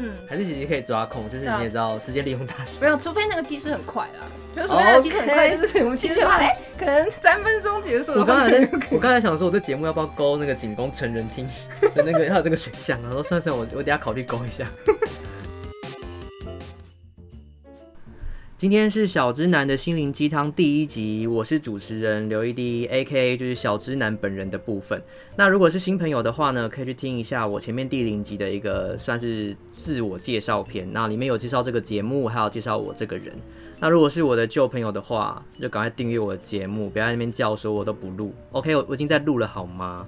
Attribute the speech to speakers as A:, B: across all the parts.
A: 嗯，
B: 还是其实可以抓空，就是
A: 对啊
B: 你也知道时间利用大师
A: 没。有，除非那个技师很快啦，就是除非那个技师很快，就是我们技师
C: OK
A: 哎，可能三分钟结束的
B: 我刚
A: 话，
B: 才在，我刚才想说，我这节目要不要勾那个仅供成人听的那个，要有这个选项。然后算算，我我等一下考虑勾一下。今天是小之男的心灵鸡汤第一集，我是主持人刘一滴，A K A 就是小之男本人的部分。那如果是新朋友的话呢，可以去听一下我前面第零集的一个算是自我介绍篇，那里面有介绍这个节目，还有介绍我这个人。那如果是我的旧朋友的话，就赶快订阅我的节目，不要在那边叫说我都不录。OK，我我已经在录了，好吗？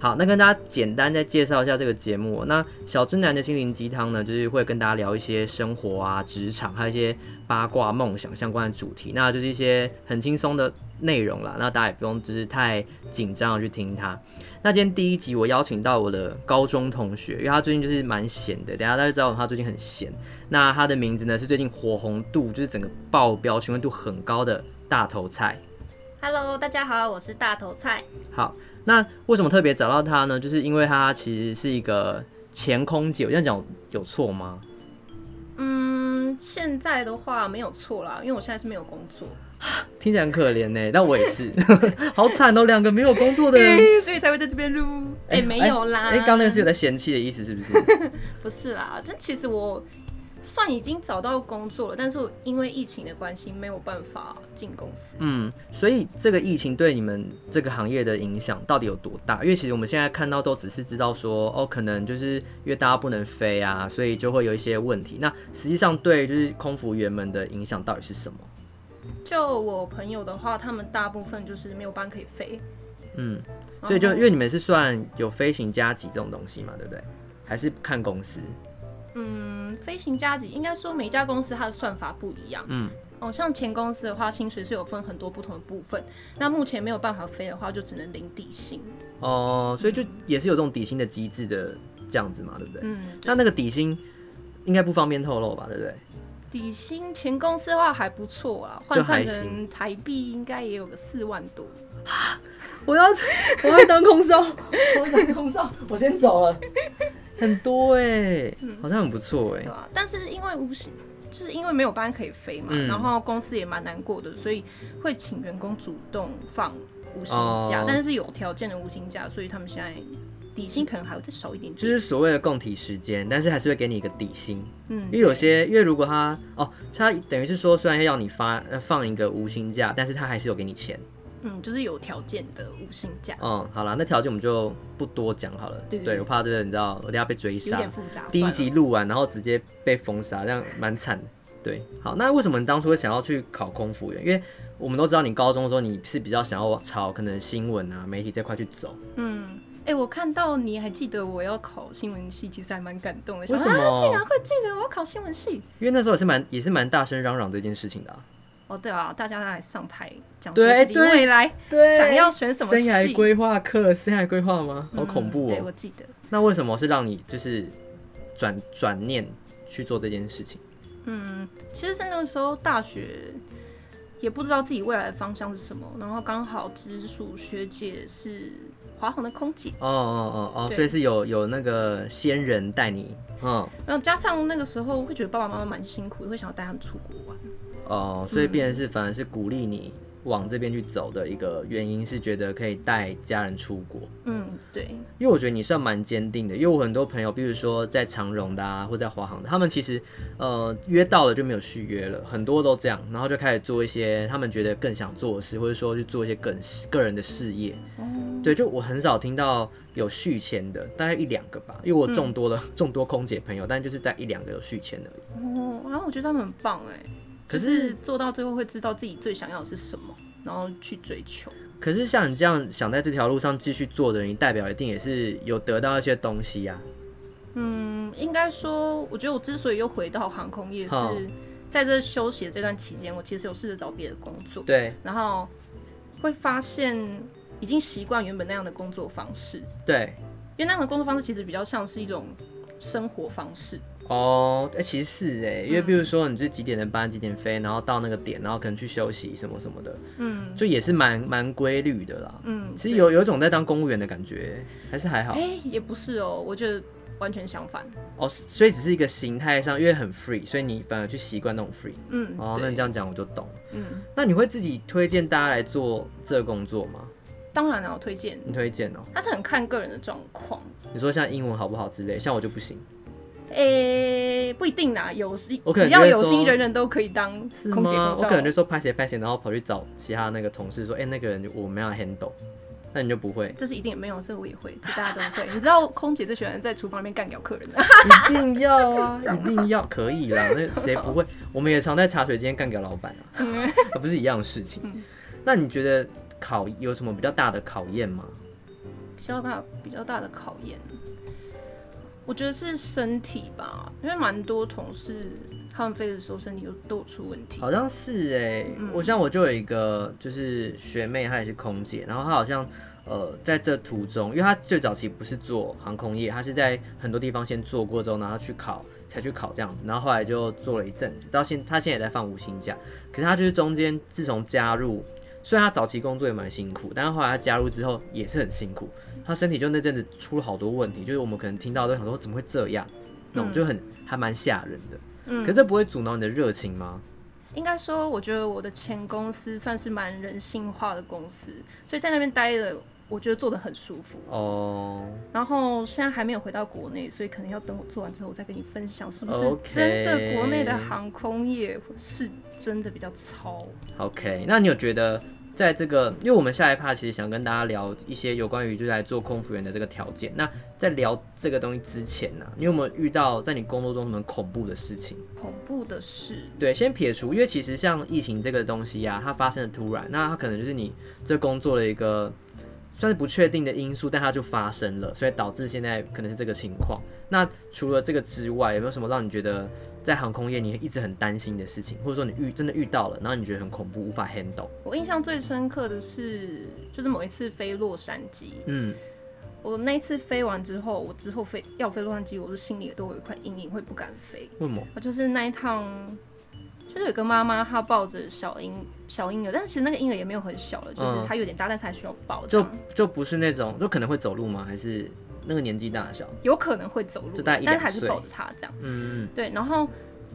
B: 好，那跟大家简单再介绍一下这个节目哦。那小直男的心灵鸡汤呢，就是会跟大家聊一些生活啊、职场，还有一些八卦、梦想相关的主题。那就是一些很轻松的内容啦，那大家也不用就是太紧张的去听它。那今天第一集我邀请到我的高中同学，因为他最近就是蛮闲的，等一下大家就知道他最近很闲。那他的名字呢是最近火红度就是整个爆标、询问度很高的大头菜。
C: Hello，大家好，我是大头菜。
B: 好，那为什么特别找到他呢？就是因为他其实是一个前空姐，我这样讲有有错吗？
C: 嗯，现在的话没有错啦，因为我现在是没有工作，
B: 听起来很可怜 呢、但我也是， 好惨哦，两个没有工作的人。
C: 嘿所以才会在这边录。哎、 没有啦，
B: 哎、刚、那个是有在嫌弃的意思，是不是？
C: 不是啦，但其实我算已经找到工作了，但是我因为疫情的关系没有办法进公司。
B: 嗯，所以这个疫情对你们这个行业的影响到底有多大？因为其实我们现在看到都只是知道说，哦，可能就是因为大家不能飞啊，所以就会有一些问题。那实际上对就是空服员们的影响到底是什么？
C: 就我朋友的话，他们大部分就是没有班可以飞，
B: 嗯，所以就
C: 然后
B: 因为你们是算有飞行加级这种东西嘛，对不对？还是看公司？
C: 嗯，飞行加级应该说每一家公司它的算法不一样。
B: 嗯，
C: 哦，像前公司的话，薪水是有分很多不同的部分。那目前没有办法飞的话，就只能零底薪。
B: 哦、所以就也是有这种底薪的机制的这样子嘛，对不对？
C: 嗯，
B: 那那个底薪应该不方便透露吧，对不对？
C: 底薪前公司的话还不错啊，
B: 就
C: 换
B: 还
C: 算
B: 行哎
C: 成台币应该也有个四万多。
B: 我要去，我要当空 少，我要当空少，我先走了。很多哎、好像很不错哎、
C: 对啊，但是因为无薪，就是因为没有班可以飞嘛，
B: 嗯
C: 然后公司也蛮难过的，所以会请员工主动放无薪假，
B: 哦
C: 但是有条件的无薪假，所以他们现在底薪可能还会再少一点
B: 就
C: 点。
B: 是所谓的供体时间，但是还是会给你一个底薪，
C: 嗯
B: 因为有些，因为如果他哦，他等于是说，虽然要你发呃放一个无薪假，但是他还是有给你钱。
C: 嗯，就是有条件的无薪假，
B: 嗯，好啦，那条件我们就不多讲好了。
C: 对
B: 我怕这个你知道，我等下被追
C: 有
B: 杀
C: 点。复杂。
B: 第一
C: 算了
B: 集录完，然后直接被封杀，这样蛮惨的。对，好，那为什么你当初会想要去考空服员？因为我们都知道你高中的时候你是比较想要朝可能新闻啊、媒体这块去走，
C: 嗯，哎、我看到你还记得我要考新闻系，其实还蛮感动的。
B: 为
C: 想
B: 什
C: 说啊，
B: 么
C: 竟然会记得我要考新闻系？
B: 因为那时候也是蛮也是蛮大声嚷嚷这件事情的、啊。
C: 哦，对啊，大家来上台讲
B: 对
C: 说
B: 哎
C: 自己
B: 对
C: 未来
B: 对
C: 想要选什么
B: 生
C: 系，
B: 涯规划课，生涯规划吗？好
C: 嗯
B: 恐怖
C: 对，
B: 哦！
C: 我记得。
B: 那为什么是让你就是转转念去做这件事情？
C: 嗯，其实是那个时候大学也不知道自己未来的方向是什么，然后刚好直属学姐是华航的空姐，
B: 哦哦哦哦，
C: 对
B: 所以是有有那个仙人带你，嗯，
C: 然后加上那个时候会觉得爸爸妈妈蛮辛苦的，会想要带他们出国玩。
B: 哦，所以变成是反而是鼓励你往这边去走的一个原因，是觉得可以带家人出国。
C: 嗯，对，
B: 因为我觉得你算蛮坚定的，因为我很多朋友，比如说在长荣的啊，或在华航的，他们其实呃约到了就没有续约了，很多都这样，然后就开始做一些他们觉得更想做的事，或者说去做一些更个人的事业。
C: 哦
B: 对，就我很少听到有续签的，大概一两个吧，因为我众多的众、多空姐朋友，但就是在一两个有续签而已。
C: 哦，然后我觉得他们很棒哎，
B: 可
C: 就是是做到最后会知道自己最想要的是什么，然后去追求。
B: 可是像你这样想在这条路上继续做的人，你代表一定也是有得到一些东西啊呀、
C: 嗯，应该说，我觉得我之所以又回到航空业，是
B: 好
C: 在这休息的这段期间，我其实有试着找别的工作。
B: 对
C: 然后会发现已经习惯原本那样的工作方式，
B: 对，
C: 因为那样的工作方式其实比较像是一种生活方式。
B: 哦，哎、其实是哎、
C: 嗯
B: 因为比如说你是几点的班，几点飞，然后到那个点，然后可能去休息什么什么的，
C: 嗯
B: 就也是蛮蛮规律的啦。
C: 嗯，
B: 其实有有一种在当公务员的感觉，还是还好
C: 哎、。也不是哦，我觉得完全相反。
B: 哦，所以只是一个形态上，因为很 free，所以你反而去习惯那种 free。
C: 嗯，
B: 哦，那
C: 对
B: 你这样讲我就懂了。
C: 嗯，
B: 那你会自己推荐大家来做这个工作吗？
C: 当然了，啊我推荐，
B: 你推荐哦？
C: 它是很看个人的状况。
B: 你说像英文好不好之类，像我就不行。
C: 诶、不一定啦，有心
B: 我可
C: 只
B: 能就
C: 要
B: 会
C: 有心，
B: 说
C: 人人都可以当空
B: 吗
C: 姐空？
B: 哦我
C: 少。，
B: 可能就说拍谁拍谁，然后跑去找其他那个同事说，哎、那个人我没有 handle，那你就不会
C: 这是一定也没有，这我也会，这大家都会。 你知道空姐最喜欢在厨房里面干掉客人的，
B: 一定要啊，一定要，可以啦，那谁不会？我们也常在茶水间干掉老板啊，啊 不是一样的事情。那你觉得考有什么比较大的考验吗？
C: 比较大比较大的考验，我觉得是身体吧，因为蛮多同事他们飞的时候身体都都有出问题。
B: 好像是哎、我像我就有一个就是学妹，她也是空姐，然后她好像呃在这途中，因为她最早期不是做航空业，她是在很多地方先做过之后，然后去考才去考这样子，然后后来就做了一阵子，到现她现在也在放五星假，可是她就是中间自从加入。虽然她早期工作也蛮辛苦，但是后来她加入之后也是很辛苦，她身体就那阵子出了好多问题，就是我们可能听到都想说怎么会这样，那种就很、还蛮吓人的。可是这不会阻挠你的热情吗？
C: 应该说，我觉得我的前公司算是蛮人性化的公司，所以在那边待了，我觉得做的很舒服。
B: 哦，
C: 然后现在还没有回到国内，所以可能要等我做完之后，我再跟你分享是不是
B: 哦 OK
C: 真的国内的航空业是真的比较糙。
B: OK，那你有觉得在这个，因为我们下一趴其实想跟大家聊一些有关于就是来做空服员的这个条件。那在聊这个东西之前呢、你有没有遇到在你工作中什么恐怖的事情？
C: 恐怖的是，
B: 对，先撇除，因为其实像疫情这个东西呀、它发生的突然，那它可能就是你这工作的一个算是不确定的因素，但它就发生了，所以导致现在可能是这个情况。那除了这个之外，有没有什么让你觉得在航空业你一直很担心的事情，或者说你遇真的遇到了，然后你觉得很恐怖，无法 handle？
C: 我印象最深刻的是，就是某一次飞洛杉矶，
B: 嗯，
C: 我那一次飞完之后，我之后飞要飞洛杉矶，我的心里都有一块阴影，会不敢飞。
B: 为什么？
C: 我就是那一趟，就是有一个妈妈，她抱着小婴小婴儿，但是其实那个婴儿也没有很小了，就是
B: 嗯
C: 她有点大，但是还需要抱这
B: 就
C: 样，
B: 就不是那种，就可能会走路吗？还是那个年纪大小？
C: 有可能会走
B: 就
C: 路，
B: 大概
C: 但
B: 一
C: 是
B: 两
C: 还是
B: 岁
C: 抱着她这样。
B: 嗯
C: 对，然后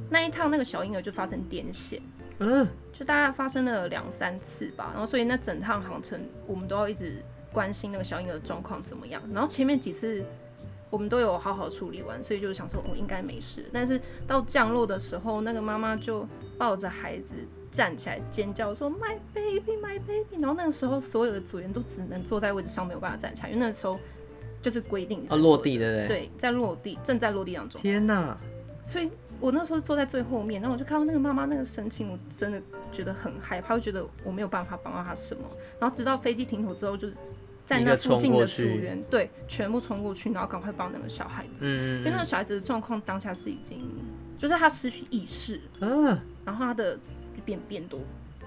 C: 那一趟那个小婴儿就发生癫痫，
B: 嗯，
C: 就大概发生了两三次吧。然后所以那整趟航程，我们都要一直关心那个小婴儿的状况怎么样。然后前面几次我们都有好好处理完，所以就是想说我、哦、应该没事。但是到降落的时候，那个妈妈就抱着孩子。站起来尖叫说 “My baby, my baby”，然后那个时候所有的组员都只能坐在位置上，没有办法站起来，因为那时候就是规定你只
B: 哦，
C: 能
B: 落
C: 坐
B: 地
C: 着，
B: 对不对？。
C: 对，在落地，正在落地当中。
B: 天哪！
C: 所以我那时候坐在最后面，然后我就看到那个妈妈那个神情，我真的觉得很害怕，我觉得我没有办法帮到她什么。然后直到飞机停妥之后，就是在
B: 你
C: 那
B: 就
C: 附近
B: 冲过
C: 的
B: 去
C: 组员对全部冲过去，然后赶快帮那个小孩子，因
B: 嗯
C: 为那个小孩子的状况当下是已经就是他失去意识，
B: 嗯啊
C: 然后他的便便都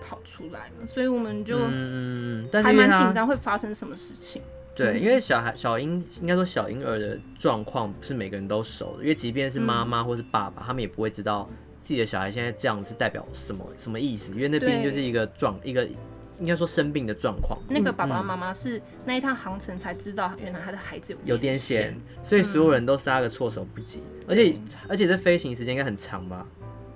C: 跑出来了，所以我们就
B: 嗯，但是
C: 还
B: 因为
C: 蛮
B: 他
C: 紧张会发生什么事情。
B: 对，因为小孩小婴应该说小婴儿的状况不是每个人都熟的，因为即便是妈妈或是爸爸，他们也不会知道自己的小孩现在这样是代表什么什么意思，因为那毕竟
C: 对
B: 就是一个状一个应该说生病的状况。
C: 那个爸爸妈妈是那一趟航程才知道，原来他的孩子
B: 嗯有
C: 有
B: 癫痫
C: 痫，，
B: 所以所有人都杀个措手不及，而且而且这飞行时间应该很长吧，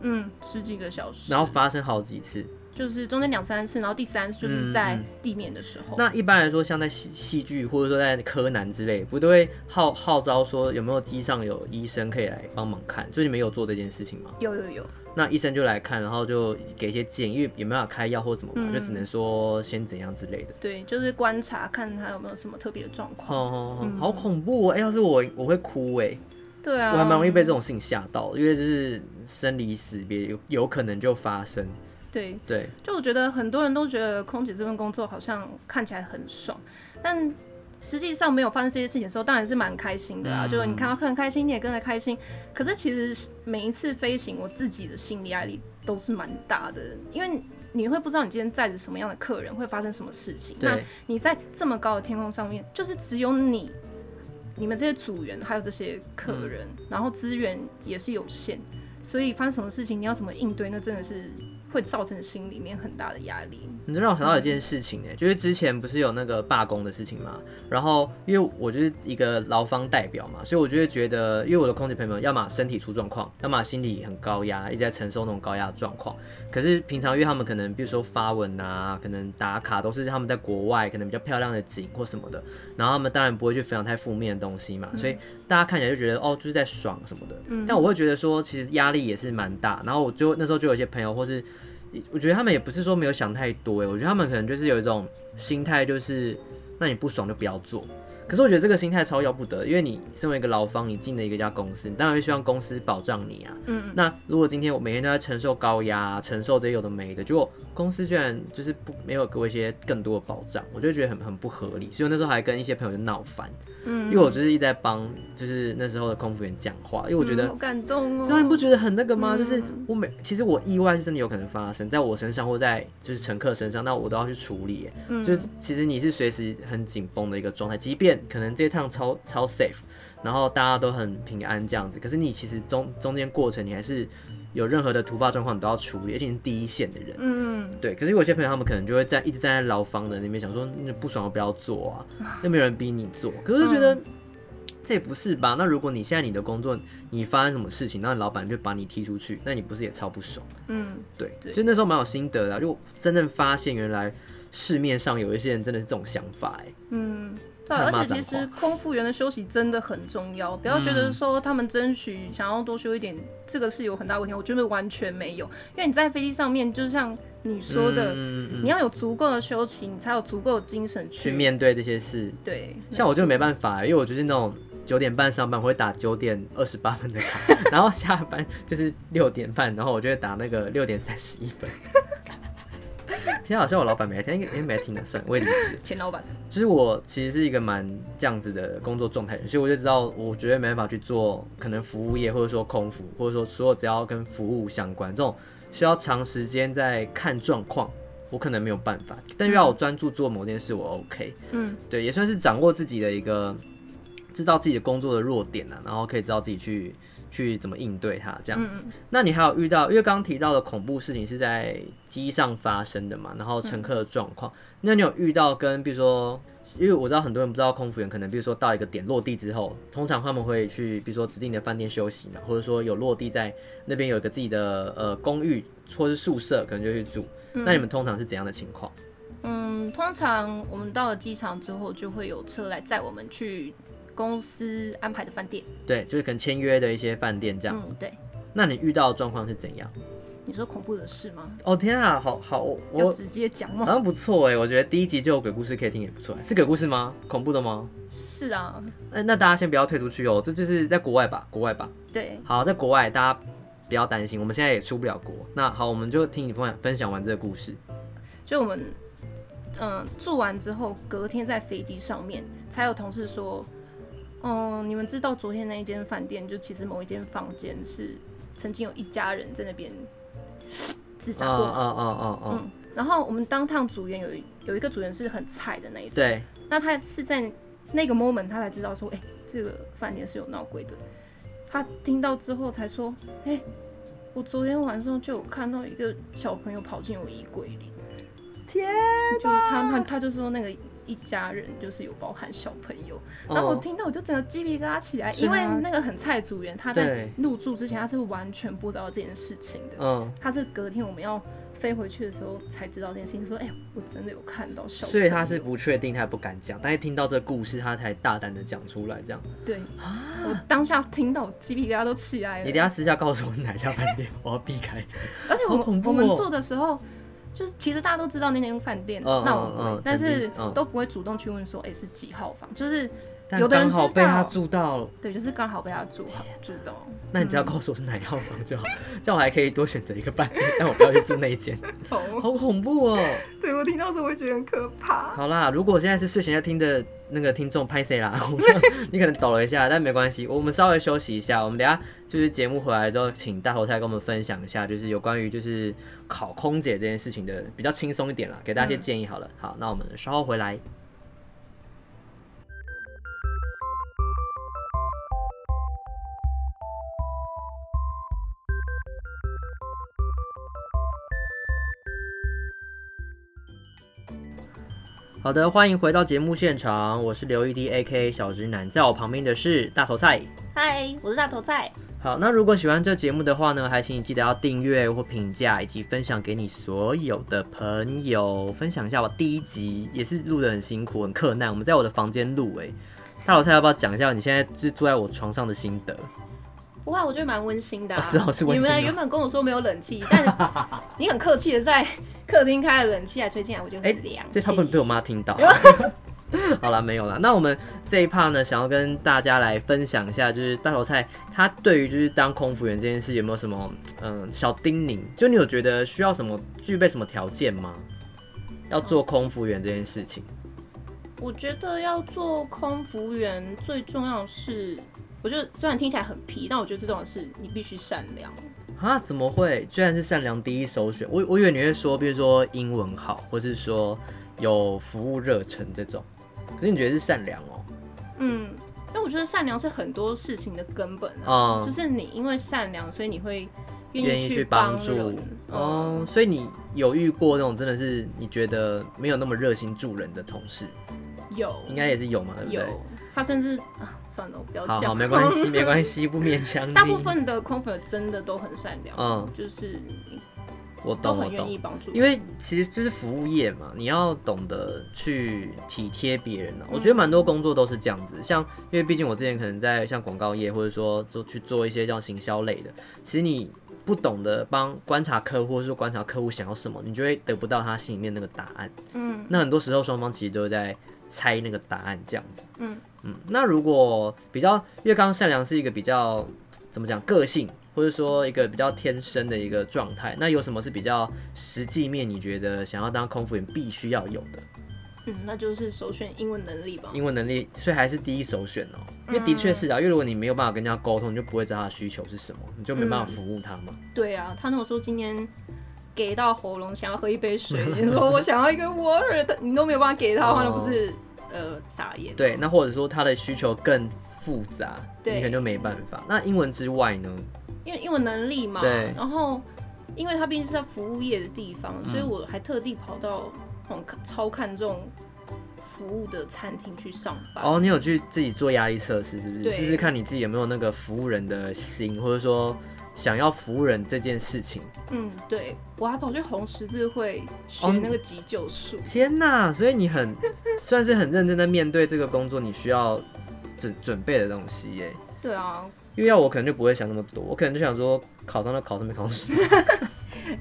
C: 嗯，十几个小时，
B: 然后发生好几次。
C: 就是中间两三次，然后第三次就是在地面的时候。
B: 嗯那一般来说，像在戏戏剧或者说在柯南之类，不都会号号召说有没有机上有医生可以来帮忙看？所以你们有做这件事情吗？
C: 有有有，
B: 那医生就来看，然后就给一些建议，因为也没办法开药或怎么嘛，
C: 嗯
B: 就只能说先怎样之类的。
C: 对，就是观察看他有没有什么特别的状况。
B: 哦、好恐怖、哦！哎、要是我，我会哭哎、
C: 对啊，
B: 我还蛮容易被这种事情吓到的，因为就是生离死别有有可能就发生。
C: 对，
B: 对，
C: 就我觉得很多人都觉得空姐这份工作好像看起来很爽，但实际上没有发生这些事情的时候，当然是蛮开心的啊。
B: 嗯
C: 就是你看到客人开心，你也跟着开心。可是其实是每一次飞行，我自己的心理压力都是蛮大的，因为你会不知道你今天载着什么样的客人，会发生什么事情。那
B: 对，
C: 你在这么高的天空上面，就是只有你、你们这些组员，还有这些客
B: 嗯
C: 人，然后资源也是有限，所以发生什么事情，你要怎么应对，那真的是会造成心里面很大的压力。
B: 你这让我想到一件事情呢、欸就是之前不是有那个罢工的事情嘛，然后因为我就是一个劳方代表嘛，所以我就会觉得，因为我的空姐朋友们要么身体出状况，要么心理很高压，一直在承受那种高压的状况。可是平常因为他们可能比如说发文啊，可能打卡都是他们在国外可能比较漂亮的景或什么的，然后他们当然不会去分享太负面的东西嘛，所以大家看起来就觉得哦就是在爽什么的。但我会觉得说其实压力也是蛮大，然后我就那时候就有一些朋友或是。我觉得他们也不是说没有想太多，哎，我觉得他们可能就是有一种心态，就是那你不爽就不要做。可是我觉得这个心态超要不得，因为你身为一个劳方，你进了一个家公司，你当然会希望公司保障你啊。嗯。那如果今天我每天都在承受高压，啊承受这些有的没的，结果公司居然就是不没有给我一些更多的保障，我就觉得很很不合理。所以我那时候还跟一些朋友就闹翻，嗯，因为我就是一直在帮就是那时候的空服员讲话，因为我觉得
C: 嗯好感动哦。
B: 那你不觉得很那个吗？就是我每其实我意外是真的有可能发生在我身上，或在就是乘客身上，那我都要去处理耶。
C: 嗯
B: 就是其实你是随时很紧绷的一个状态，即便可能这趟超超 safe，然后大家都很平安这样子，可是你其实中中间过程你还是有任何的突发状况你都要处理，而且你是第一线的人。
C: 嗯，
B: 对，可是有些朋友他们可能就会在一直站在劳方的那边想说，那不爽就不要做啊，又没有人逼你做。可是我就觉得、
C: 嗯
B: 这也不是吧？那如果你现在你的工作你发生什么事情，那老板就把你踢出去，那你不是也超不爽？
C: 嗯，
B: 对，
C: 对
B: 就那时候蛮有心得的啊、就真正发现原来市面上有一些人真的是这种想法、哎，
C: 嗯对，啊
B: 惨
C: 而
B: 骂
C: 且
B: 脏
C: 其实空服员的休息真的很重要，不要觉
B: 嗯
C: 得说他们争取想要多休一点，这个是有很大问题，我觉得完全没有，因为你在飞机上面，就像你说的，
B: 嗯，
C: 你要有足够的休息，你才有足够的精神
B: 去
C: 去
B: 面对这些事，
C: 对。
B: 像我就没办法，因为我就是那种九点半上班，我会打九点二十八分的卡， 然后下班就是六点半，然后我就会打那个六点三十一分。 天啊，好像我老板没来听，应该应该没来听的，算了我也离职。
C: 钱老板，
B: 就是我其实是一个蛮这样子的工作状态的人，所以我就知道，我绝对没办法去做可能服务业，或者说空服，或者说所有只要跟服务相关这种需要长时间在看状况，我可能没有办法。但又要我专注做某件事，我 OK。
C: 嗯，
B: 对，也算是掌握自己的一个，知道自己的工作的弱点啊，然后可以知道自己去去怎么应对它这样子。那你还有遇到，因为刚刚提到的恐怖事情是在机上发生的嘛，然后乘客的状况，那你有遇到跟比如说，因为我知道很多人不知道空服员可能，比如说到一个点落地之后，通常他们会去比如说指定的饭店休息嘛，或者说有落地在那边有一个自己的呃公寓或是宿舍，可能就去住。那你们通常是怎样的情况？
C: 嗯，通常我们到了机场之后，就会有车来载我们去公司安排的饭店。
B: 对，就是可能签约的一些饭店这样。
C: 嗯，对，
B: 那你遇到的状况是怎样？
C: 你说恐怖的事吗？
B: 哦天啊，好好，我
C: 要
B: 我
C: 直接讲
B: 好
C: 吗？
B: 像不错哎，我觉得第一集就有鬼故事可以听，也不错欸。是鬼故事吗？恐怖的吗？哎
C: 是啊，
B: 那那大家先不要退出去哦，这就是在国外吧，国外吧。
C: 对，
B: 好，在国外大家不要担心，我们现在也出不了国。那好，我们就听你分享分享完这个故事。
C: 就我们嗯、住完之后，隔天在飞机上面才有同事说，嗯，你们知道昨天那一间饭店，就其实某一间房间是曾经有一家人在那边自
B: 哦
C: 杀过。
B: 哦哦哦哦，
C: 嗯，然后我们当趟组员有一有一个组员是很菜的那一种。
B: 对，
C: 那他是在那个 moment 他才知道说，哎、这个饭店是有闹鬼的。他听到之后才说，哎、我昨天晚上就有看到一个小朋友跑进我衣柜里。天，就是他他他就说那个一家人就是有包含小朋友。然后嗯我
B: 哦
C: 听到我就整个鸡皮疙瘩起来，
B: 是啊
C: 因为那个很菜的组员他在
B: 对
C: 入住之前他是完全不知道这件事情的。
B: 嗯，
C: 他是隔天我们要飞回去的时候才知道这件事情，说：“哎、我真的有看到小朋友。”
B: 所以他是不确定，他也不敢讲，但是听到这个故事，他才大胆的讲出来这样。
C: 对，我当下听到我鸡皮疙瘩都起来了。
B: 啊你等一下私下告诉我哪家饭店，我要避开。
C: 而且我
B: 好恐
C: 们、
B: 怖哦
C: 我们做的时候，就是其实大家都知道那间饭店
B: 嗯
C: 闹鬼，
B: 嗯嗯
C: 但
B: 曾
C: 是
B: 经嗯
C: 都不会主动去问说，哎、是几号房？就是
B: 但
C: 有的人
B: 刚好
C: 知
B: 被他
C: 道
B: 住到了。
C: 对，就是刚好被他住
B: 啊
C: 好住到。
B: 那你
C: 嗯
B: 只要告诉我是哪一号房就好，这样我还可以多选择一个饭店，但我不要去住那一间，好恐怖哦！
C: 对我听到时候会觉得很可怕。
B: 好啦，如果现在是睡前在听的那个听众，拍谁啦？ 我们你可能抖了一下，但没关系，我们稍微休息一下，我们等一下就是节目回来之后，请大头菜跟我们分享一下，就是有关于就是考空姐这件事情的比较轻松一点啦，给大家一些建议好了。好，那我们稍后回来。好的，欢迎回到节目现场，我是刘一滴 A K 小直男，在我旁边的是大头菜。
C: 嗨，我是大头菜。
B: 好，那如果喜欢这节目的话呢，还请你记得要订阅或评价，以及分享给你所有的朋友。分享一下吧，第一集也是录的很辛苦，很困难。我们在我的房间录，哎，大老蔡要不要讲一下你现在是坐在我床上的心得？
C: 不会啊，我觉得蛮温馨的、啊
B: 哦是哦是温馨
C: 你
B: 吗
C: 们原本跟我说没有冷气， 但你很客气的在客厅开了冷气还吹进来，我觉得
B: 哎
C: 很凉。
B: 这怕
C: 谢
B: 不能
C: 谢
B: 被我妈听 到。好啦，没有啦。那我们这一趴呢，想要跟大家来分享一下，就是大头菜他对于就是当空服员这件事有没有什么嗯、小叮咛？就你有觉得需要什么具备什么条件吗？要做空服员这件事情，
C: 我觉得要做空服员最重要的是，我觉得虽然听起来很皮，但我觉得最重要的是你必须善良。
B: 啊？怎么会？居然是善良第一首选。我我以为你会说，比如说英文好，或是说有服务热忱这种。可是你觉得是善良哦、
C: 嗯，但我觉得善良是很多事情的根本啊，
B: 哦，
C: 就是你因为善良，所以你会
B: 愿
C: 意
B: 意去帮
C: 帮
B: 助
C: 人。哦、
B: 哦，所以你有遇过那种真的是你觉得没有那么热心助人的同事，
C: 有
B: 应该也是有嘛，对不对？
C: 有，他甚至啊，算了，我不要
B: 好
C: 讲，
B: 好，没关。 系，没关系，不勉强你。
C: 大部分的空粉真的都很善良，
B: 嗯
C: 就是你
B: 我
C: 都
B: 懂，我
C: 很愿意
B: 懂，
C: 帮助人，
B: 因为其实就是服务业嘛，你要懂得去体贴别人啊。
C: 嗯
B: 我觉得蛮多工作都是这样子，像因为毕竟我之前可能在像广告业，或者说做去做一些像行销类的，其实你。不懂得帮观察客户，或者说观察客户想要什么，你就会得不到他心里面那个答案。
C: 嗯，
B: 那很多时候双方其实都在猜那个答案这样子。
C: 嗯
B: 嗯，那如果比较，因为刚刚善良是一个比较怎么讲个性，或者说一个比较天生的一个状态，那有什么是比较实际面？你觉得想要当空服员必须要有的
C: 嗯，那就是首选英文能力吧。
B: 英文能力，所以还是第一首选哦、因
C: 嗯
B: 为的确是啊，因为如果你没有办法跟人家沟通，你就不会知道他的需求是什么，你就没办法服务他嘛。
C: 对啊，他跟我说今天给到喉咙想要喝一 杯水，你说我想要一个 water，但你都没有办法给到，
B: 哦
C: 他就不是呃傻眼。
B: 对，那或者说他的需求更复杂，你
C: 对
B: 可能就没办法。那英文之外呢？
C: 因为英文能力嘛，
B: 对嗯
C: 然后因为他毕竟是在服务业的地方，所以我还特地跑到那种超看重服务的餐厅去上班。
B: 哦，你有去自己做压力测试，是不是？
C: 对
B: 试试看你自己有没有那个服务人的心，或者说想要服务人这件事情。
C: 嗯，对，我还跑去红十字会学
B: 哦
C: 那个急救术。
B: 天呐！所以你很 算是很认真的面对这个工作，你需要准准备的东西耶。
C: 对啊，
B: 因为要我可能就不会想那么多，我可能就想说考上就考上，没考上是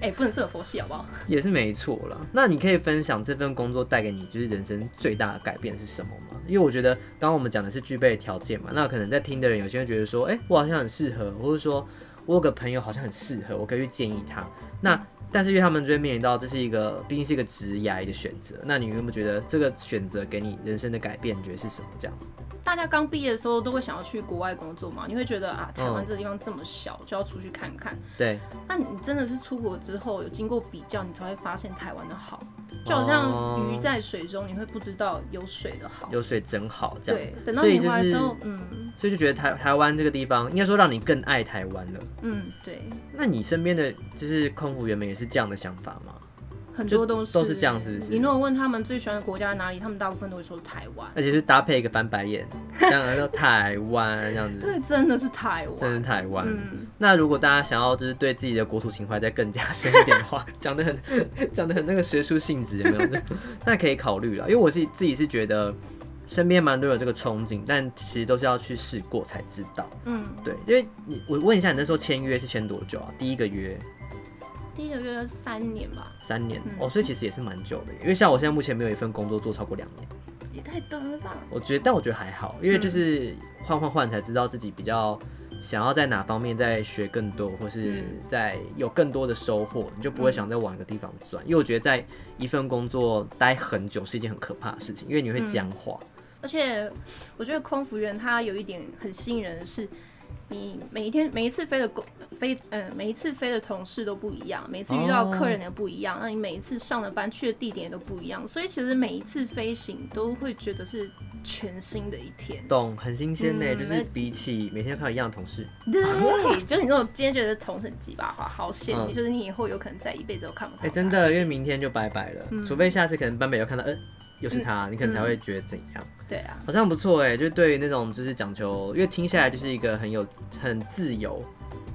C: 哎、不能这么佛系好不好？
B: 也是没错啦。那你可以分享这份工作带给你就是人生最大的改变是什么吗？因为我觉得刚刚我们讲的是具备条件嘛，那可能在听的人有些人觉得说，哎、我好像很适合，或者说我有个朋友好像很适合，我可以去建议他。那但是因为他们就会面临到这是一个毕竟是一个职涯的选择，那你有没有觉得这个选择给你人生的改变，你觉得是什么？这样子
C: 大家刚毕业的时候都会想要去国外工作嘛，你会觉得啊，台
B: 嗯
C: 湾这个地方这么小，就要出去看看。
B: 对，
C: 那你真的是出国之后有经过比较，你才会发现台湾的好。就好像鱼在水中，你会不知道有水的好。
B: 哦有水真好这样。
C: 对，等到
B: 所以
C: 你
B: 就
C: 回来
B: 是
C: 之后，嗯
B: 所以就觉得台台湾这个地方，应该说让你更爱台湾了。
C: 嗯，对，
B: 那你身边的就是空服员们也是这样的想法吗？
C: 很多都
B: 都是这样是不是
C: 你如果问他们最喜欢的国家在哪里，他们大部分都会说台湾。
B: 而且是搭配一个翻白眼，这样叫台湾这样子，
C: 对，真的是台
B: 真是
C: 湾。
B: 台湾。
C: 嗯，
B: 那如果大家想要就是对自己的国土情怀再更加 深一点的话，讲的很讲的很那个学术性质有没有？ 就那可以考虑了，因为我是自己是觉得身边蛮多有这个憧憬，但其实都是要去试过才知道。
C: 嗯，
B: 对，因为你我问一下，你那时候签约是签多久啊？第一个约
C: 第一个月三年吧，
B: 三年、
C: 嗯
B: 哦，所以其实也是蛮久的耶。因为像我现在目前没有一份工作做超过两年。
C: 也太短了吧？
B: 我觉得，但我觉得还好，因为
C: 嗯
B: 就是换换换才知道自己比较想要在哪方面再学更多，或是
C: 嗯
B: 在有更多的收获，你就不会想再往一个地方钻。因为我觉得在一份工作待很久是一件很可怕的事情，因为你会
C: 嗯
B: 僵化。
C: 而且我觉得空服员他有一点很吸引人的是，你每一天每一次飞的工飞，嗯、每一次飞的同事都不一样，每一次遇到客人也不一样，嗯那你每一次上的班去的地点也都不一样，所以其实每一次飞行都会觉得是全新的一 天。
B: 懂，很新鲜呢、
C: 嗯
B: 就是
C: 那
B: 比起每天看到一样的同事，
C: 对，啊就是你那种今天觉得同事几把花好险，
B: 嗯
C: 你
B: 哎
C: 就是你以后有可能在一辈子都看不到。嗯
B: 哎、真，的，因为明天就拜拜了，除非下次可能班北又看到，呃，又是他，你可能才会觉得怎样。
C: 对啊，
B: 好像不错哎，就对于那种就是讲求，因为听下来就是一个很有很自由、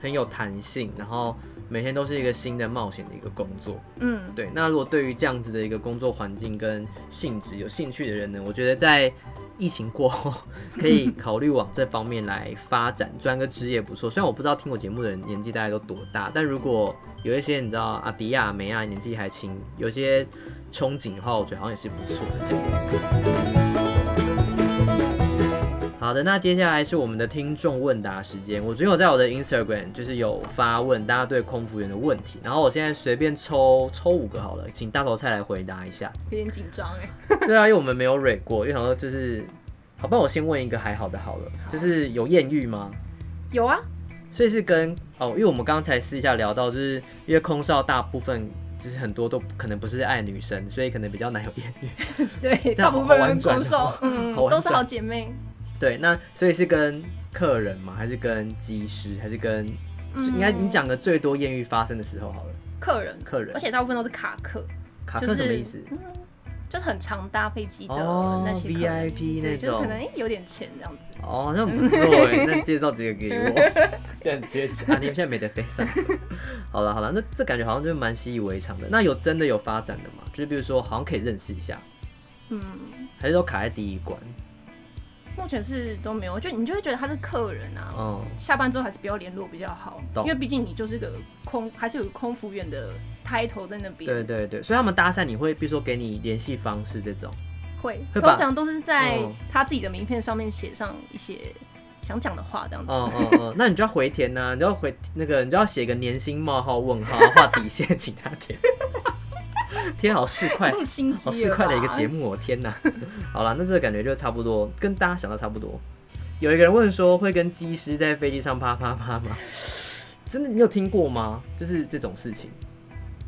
B: 很有弹性，然后每天都是一个新的冒险的一个工作。
C: 嗯，
B: 对，那如果对于这样子的一个工作环境跟性质有兴趣的人呢，我觉得在疫情过后可以考虑往这方面来发展，专个职业不错。虽然我不知道听我节目的人年纪大概都多大，但如果有一些你知道啊阿迪亚、梅亚年纪还轻，有些憧憬的话，我觉得好像也是不错的这样子。好的，那接下来是我们的听众问答时间。我昨天有在我的 Instagram 就是有发问大家对空服员的问题，然后我现在随便抽抽五个好了，请大头菜来回答一下。
C: 有点紧张哎。
B: 对啊，因为我们没有蕊过，因为想说就是，好吧，我先问一个还好的好了，就是有艳遇吗？
C: 有啊，
B: 所以是跟哦，因为我们刚才私下聊到，就是因为空少大部分就是很多都可能不是爱女生，所以可能比较难有艳遇。
C: 对，
B: 这
C: 大
B: 样
C: 部分
B: 好
C: 人
B: 婉转哦
C: 空手，嗯
B: 好婉，
C: 都是
B: 转
C: 好姐妹。
B: 对，那所以是跟客人吗？还是跟技师？还是跟？
C: 嗯
B: 应该你讲个最多艳遇发生的时候好了。
C: 客人，
B: 客人
C: 而且大部分都是卡客，
B: 卡
C: 就
B: 克
C: 是
B: 什么意思？
C: 就是很常搭飞机的
B: 哦
C: 那些客人
B: ，VIP 那
C: 对就是
B: 种
C: 可。能诶有点钱这样子。
B: 哦，好像不错 哎，那介绍几个给我。 现在很缺钱啊，你 们现在没得飞上。好了好了，那这感觉好像就是蛮习以为常的。那有真的有发展的吗？就是比如说，好像可以认识一下，
C: 嗯，
B: 还是都卡在第一关？
C: 目前是都没有，就你就会觉得他是客人啊。
B: 嗯，
C: 下班之后还是不要联络比较好，
B: 懂
C: 因为毕竟你就是个空，还是有个空服员的 title 在那边。
B: 对对对，所以他们搭讪你会，比如说给你联系方式这种。
C: 会，
B: 会把
C: 通常都是在
B: 嗯
C: 他自己的名片上面写上一些想讲的话，这样子。
B: 嗯嗯嗯，那你就要回填呐、你就要回那个，你就要写个年薪冒号问号，画底线，请他填。 天，好市侩，
C: 太 心机
B: 好
C: 了吧，
B: 市侩的一个节目哦，天哪！好了，那这个感觉就差不多，跟大家想的差不多。有一个人问说，会跟机师在飞机上啪啪啪吗？真的，你有听过吗？就是这种事情，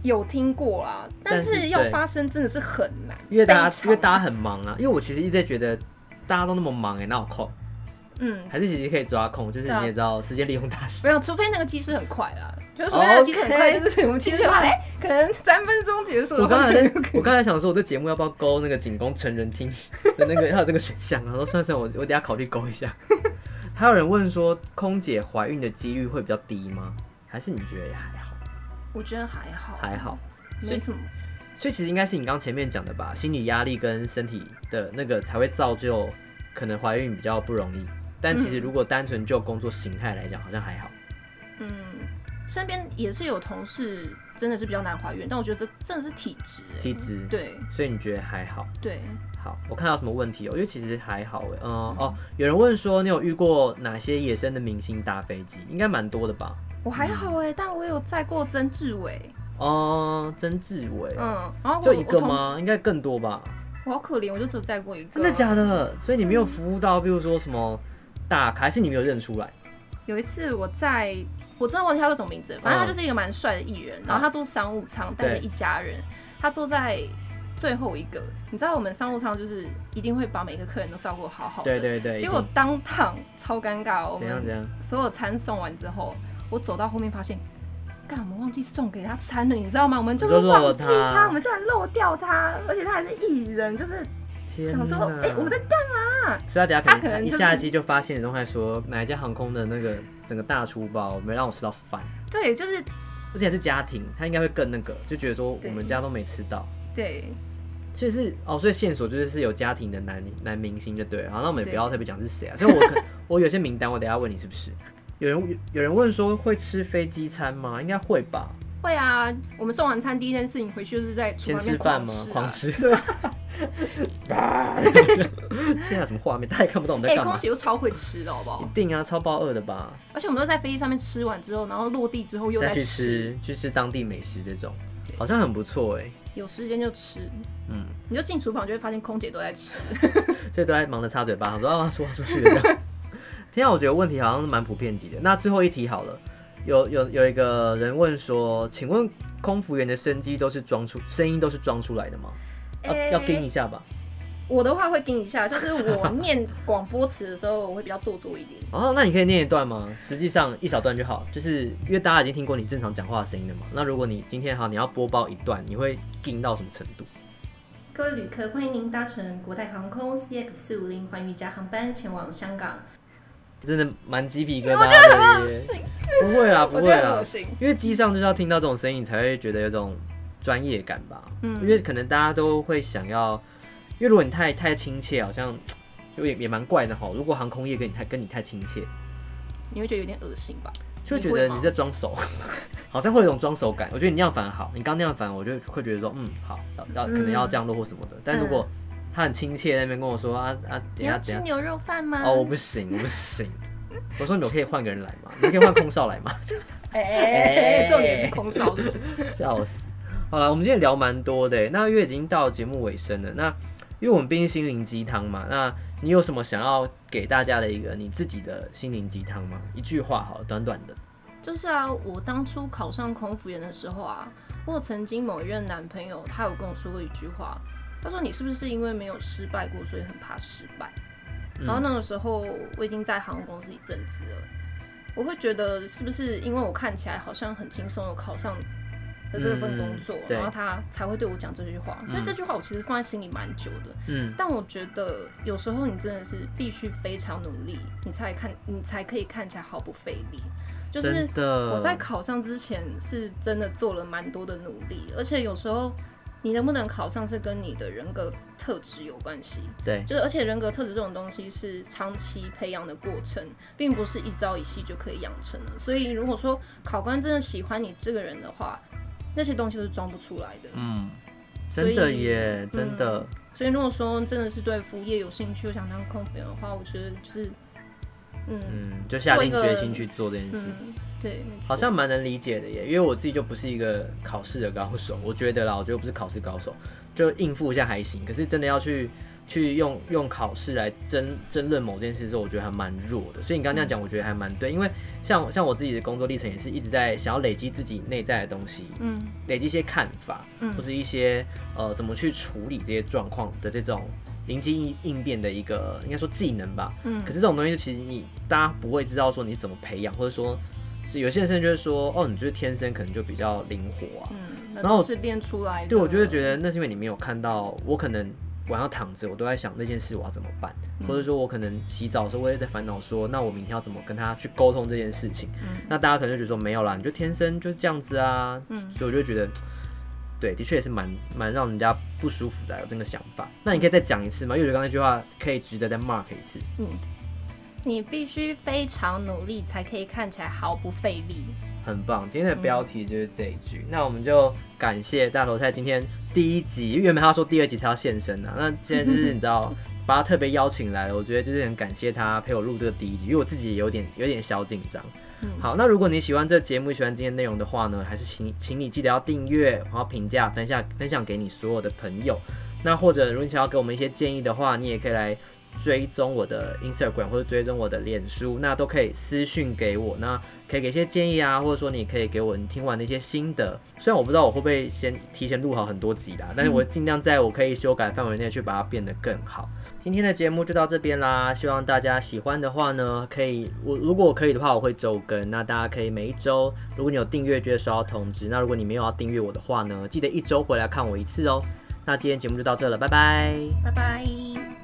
C: 有听过啊，
B: 但
C: 但
B: 是
C: 是要
B: 对
C: 发生真的是很难，
B: 因为大家
C: 非常
B: 因为大家很忙啊，因为我其实一直在觉得大家都那么忙哎、欸，哪有空？
C: 嗯，
B: 还是其实可以抓空，就是
C: 对啊
B: 你也知道时间利用大师。
C: 没有，除非那个机师很快啦，就是除非那个机师很快，
B: OK
C: 就是我们机师 哎，诶可能三分钟结束，
B: 我刚才
C: 然后
B: 在， 我刚才想说，我这节目要不要勾那个仅供成人听的那个，它有 这个选项。然后算算，我我等一下考虑勾一下。还有人问说，空姐怀孕的几率会比较低吗？还是你觉得也还好？
C: 我觉得还好，
B: 还好，
C: 没什么，
B: 所以其实应该是你刚前面讲的吧，心理压力跟身体的那个才会造就可能怀孕比较不容易。但其实如果单纯就工作形态来讲，好像还好。
C: 嗯。身边也是有同事真的是比较难怀孕，但我觉得这真的是体质、诶
B: 体质，
C: 对
B: 所以你觉得还好？
C: 对，
B: 好，我看到什么问题哦？因为其实还好哎，嗯、哦，有人问说你有遇过哪些野生的明星搭飞机？应该蛮多的吧？
C: 我还好
B: 嗯
C: 哎、但我有载过曾志伟，
B: 哦，曾志伟，
C: 嗯，然后我
B: 就一
C: 我
B: 个
C: 同事啊
B: 吗？应该更多吧？
C: 我好可怜，我就只有载过一个，
B: 真的假的？所以你没
C: 嗯
B: 有服务到，比如说什么大咖，还是你没有认出来？
C: 有一次我在，我真的忘记他叫什么名字了，反正他就是一个蛮帅的艺人，然后他坐商务舱，带着一家人，他坐在最后一个。你知道我们商务舱就是一定会把每个客人都照顾好好的，
B: 对对对，
C: 哦结果当场超尴尬哦，
B: 一
C: 我
B: 定怎样
C: 们
B: 怎样？
C: 所有餐送完之后，我走到后面发现。干，我们忘记送给他餐了，你知道吗？我们就
B: 你就是漏了
C: 忘记
B: 他
C: 我们竟然漏掉他，而且他还是艺人，就是
B: 天
C: 想说，哎、我们在
B: 所以他等下
C: 他
B: 可
C: 可
B: 能
C: 能
B: 一
C: 就是
B: 下机就发现，然后还说哪一家航空的那个整个大厨包没让我吃到饭，
C: 对，就是
B: 而且还是家庭，他应该会更那个，就觉得说我
C: 对
B: 们家都没吃到。
C: 对，
B: 所以是哦，所以线索就是是有家庭的男男明星就对了。好，那我们也
C: 对
B: 不要特别讲是谁啊。所以我 可我有些名单，我等一下问你是不是。有人有人问说会吃飞机餐吗？应该会吧，
C: 会啊，我们送完餐第一件事情回去就是在
B: 先
C: 厨房里
B: 吃
C: 面
B: 饭
C: 狂
B: 吗
C: 吃、？啊，
B: 狂吃。 天啊，什么画面？大家也看不到我们
C: 哎、
B: 在干嘛
C: 空。姐又超会吃的，好不好
B: 一？定啊，超爆饿的吧？
C: 而且我们都在飞机上面吃完之后，然后落地之后又
B: 再
C: 在
B: 去吃去吃当地美食这种，好像很不错哎、
C: 有时间就吃。
B: 嗯
C: 嗯，你就进厨房就会发现空姐都在吃。
B: 所以都在忙着擦嘴巴，想说啊说话出去的这样。天啊，我觉得问题好像是蛮普遍级的。那最后一题好了，有有有一个人问说，请问空服员的声机都是装出声音都是装出来的吗？要、
C: 诶
B: 要跟一下吧。
C: 我的话会盯一下，就是我念广播词的时候，我会比较做作一点。
B: 哦，那你可以念一段吗？实际上一小段就好，就是因为大家已经听过你正常讲话的声音了嘛。那如果你今天好，你要播报一段，你会听到什么程度？
C: 各位旅客，欢迎您搭乘国泰航空 CX 四五零环宇加航班前往香港。
B: 真的蛮鸡皮疙瘩的耶。不会啦，不
A: 我
B: 会
A: 觉得很
B: 啦
A: 恶，心。
B: 因为机上就是要听到这种声音，你才会觉得有种专业感吧。嗯，因为可能大家都会想要，因为如果你太太亲切，好像就也也蛮怪的哈。如果航空业跟你太跟你太亲切，
C: 你会觉得有点恶心吧？
B: 就会觉
C: 你会
B: 得
C: 吗
B: 你在装熟， 好像会有一种装熟感。我觉得你那样反而好，你刚那样反而我就会觉得说，嗯，好，要要可能要降落或什么的。但如果他很亲切在那边跟我说啊啊，等
C: 你
B: 一下
C: 嗯要
B: 等
C: 啊
B: 一
C: 吃
B: 下，
C: 牛肉饭吗？
B: 哦，我不行，我不行。 我说你可以换个人来嘛，你可以换空少来嘛。
A: 哎、
B: 哎
A: 重点是空少，就是
B: 笑死！好了，我们今天聊蛮多的耶，欸那因为已经到节目尾声了，那因为我们毕竟心灵鸡汤嘛，那你有什么想要给大家的一个你自己的心灵鸡汤吗？一句话好了，短短的。
C: 就是啊，我当初考上空服员的时候啊，我曾经某一任男朋友，他有跟我说过一句话，他说你是不是因为没有失败过，所以很怕失败？
B: 嗯
C: 然后那个时候我已经在航空公司一阵子了，我会觉得是不是因为我看起来好像很轻松的考上的这份工作，
B: 嗯对
C: 然后他才会对我讲这句话，所以这句话我其实放在心里蛮久的。
B: 嗯，
C: 但我觉得有时候你真的是必须非常努力，你才看你才可以看起来毫不费力。就是
B: 真的，
C: 我在考上之前是真的做了蛮多的努力，而且有时候你能不能考上是跟你的人格特质有关系。
B: 对
C: 就是而且人格特质这种东西是长期培养的过程，并不是一朝一夕就可以养成的。所以如果说考官真的喜欢你这个人的话，那些东西都是装不出来的。
B: 嗯，
C: 所以
B: 真的耶，真的，
C: 所以如果说真的是对服务业有兴趣，又想当空服员的话，我觉得就是，嗯
B: 嗯，就下定
C: 做一
B: 决
C: 个
B: 心去做这件事。
C: 嗯，对，没错
B: 好像蛮能理解的耶，因为我自己就不是一个考试的高手， 我觉得啦，我觉得我不是考试高手，就应付一下还行。可是真的要去去用用考试来争争论某件事的时候，我觉得还蛮弱的。所以你刚刚那
C: 嗯
B: 样讲，我觉得还蛮对，因为像像我自己的工作历程也是一直在想要累积自己内在的东西，
C: 嗯，
B: 累积一些看法，
C: 嗯
B: 或是一些呃怎么去处理这些状况的这种灵机应应变的一个应该说技能吧。
C: 嗯
B: 可是这种东西其实你大家不会知道说你怎么培养，或者说是有些人甚至就会说哦，你就是天生可能就比较灵活啊。
C: 嗯，那
B: 然后
C: 都是练出来的。
B: 对，我就会觉得那是因为你没有看到，我可能晚上躺着，我都在想那件事我要怎么办，
C: 嗯
B: 或者说我可能洗澡的时候我也在烦恼说，那我明天要怎么跟他去沟通这件事情。
C: 嗯
B: 那大家可能就觉得说没有啦，你就天生就是这样子啊，
C: 嗯
B: 所以我就觉得。对，的确也是蛮蛮让人家不舒服的，有这个想法。那你可以再讲一次吗？因为我觉得刚才那句话可以值得再 mark 一次。
C: 你必须非常努力，才可以看起来毫不费力。
B: 很棒，今天的标题就是这一句。那我们就感谢大头菜今天第一集，因为原本他说第二集才要现身呢、那现在就是你知道把他特别邀请来了，我觉得就是很感谢他陪我录这个第一集，因为我自己也有点有点小紧张。好，那如果你喜欢这个节目，喜欢今天内容的话呢，还是请请你记得要订阅，然后评价、分享分享给你所有的朋友。那或者如果你想要给我们一些建议的话，你也可以来追踪我的 Instagram 或者追踪我的脸书，那都可以私讯给我，那可以给一些建议啊，或者说你可以给我你听完的一些心得。虽然我不知道我会不会先提前录好很多集啦，但是我尽量在我可以修改范围内去把它变得更好。今天的节目就到这边啦，希望大家喜欢的话呢，可以我如果可以的话，我会周更，那大家可以每一周，如果你有订阅，就会收到通知。那如果你没有要订阅我的话呢，记得一周回来看我一次哦。那今天节目就到这了，拜拜。
C: 拜拜。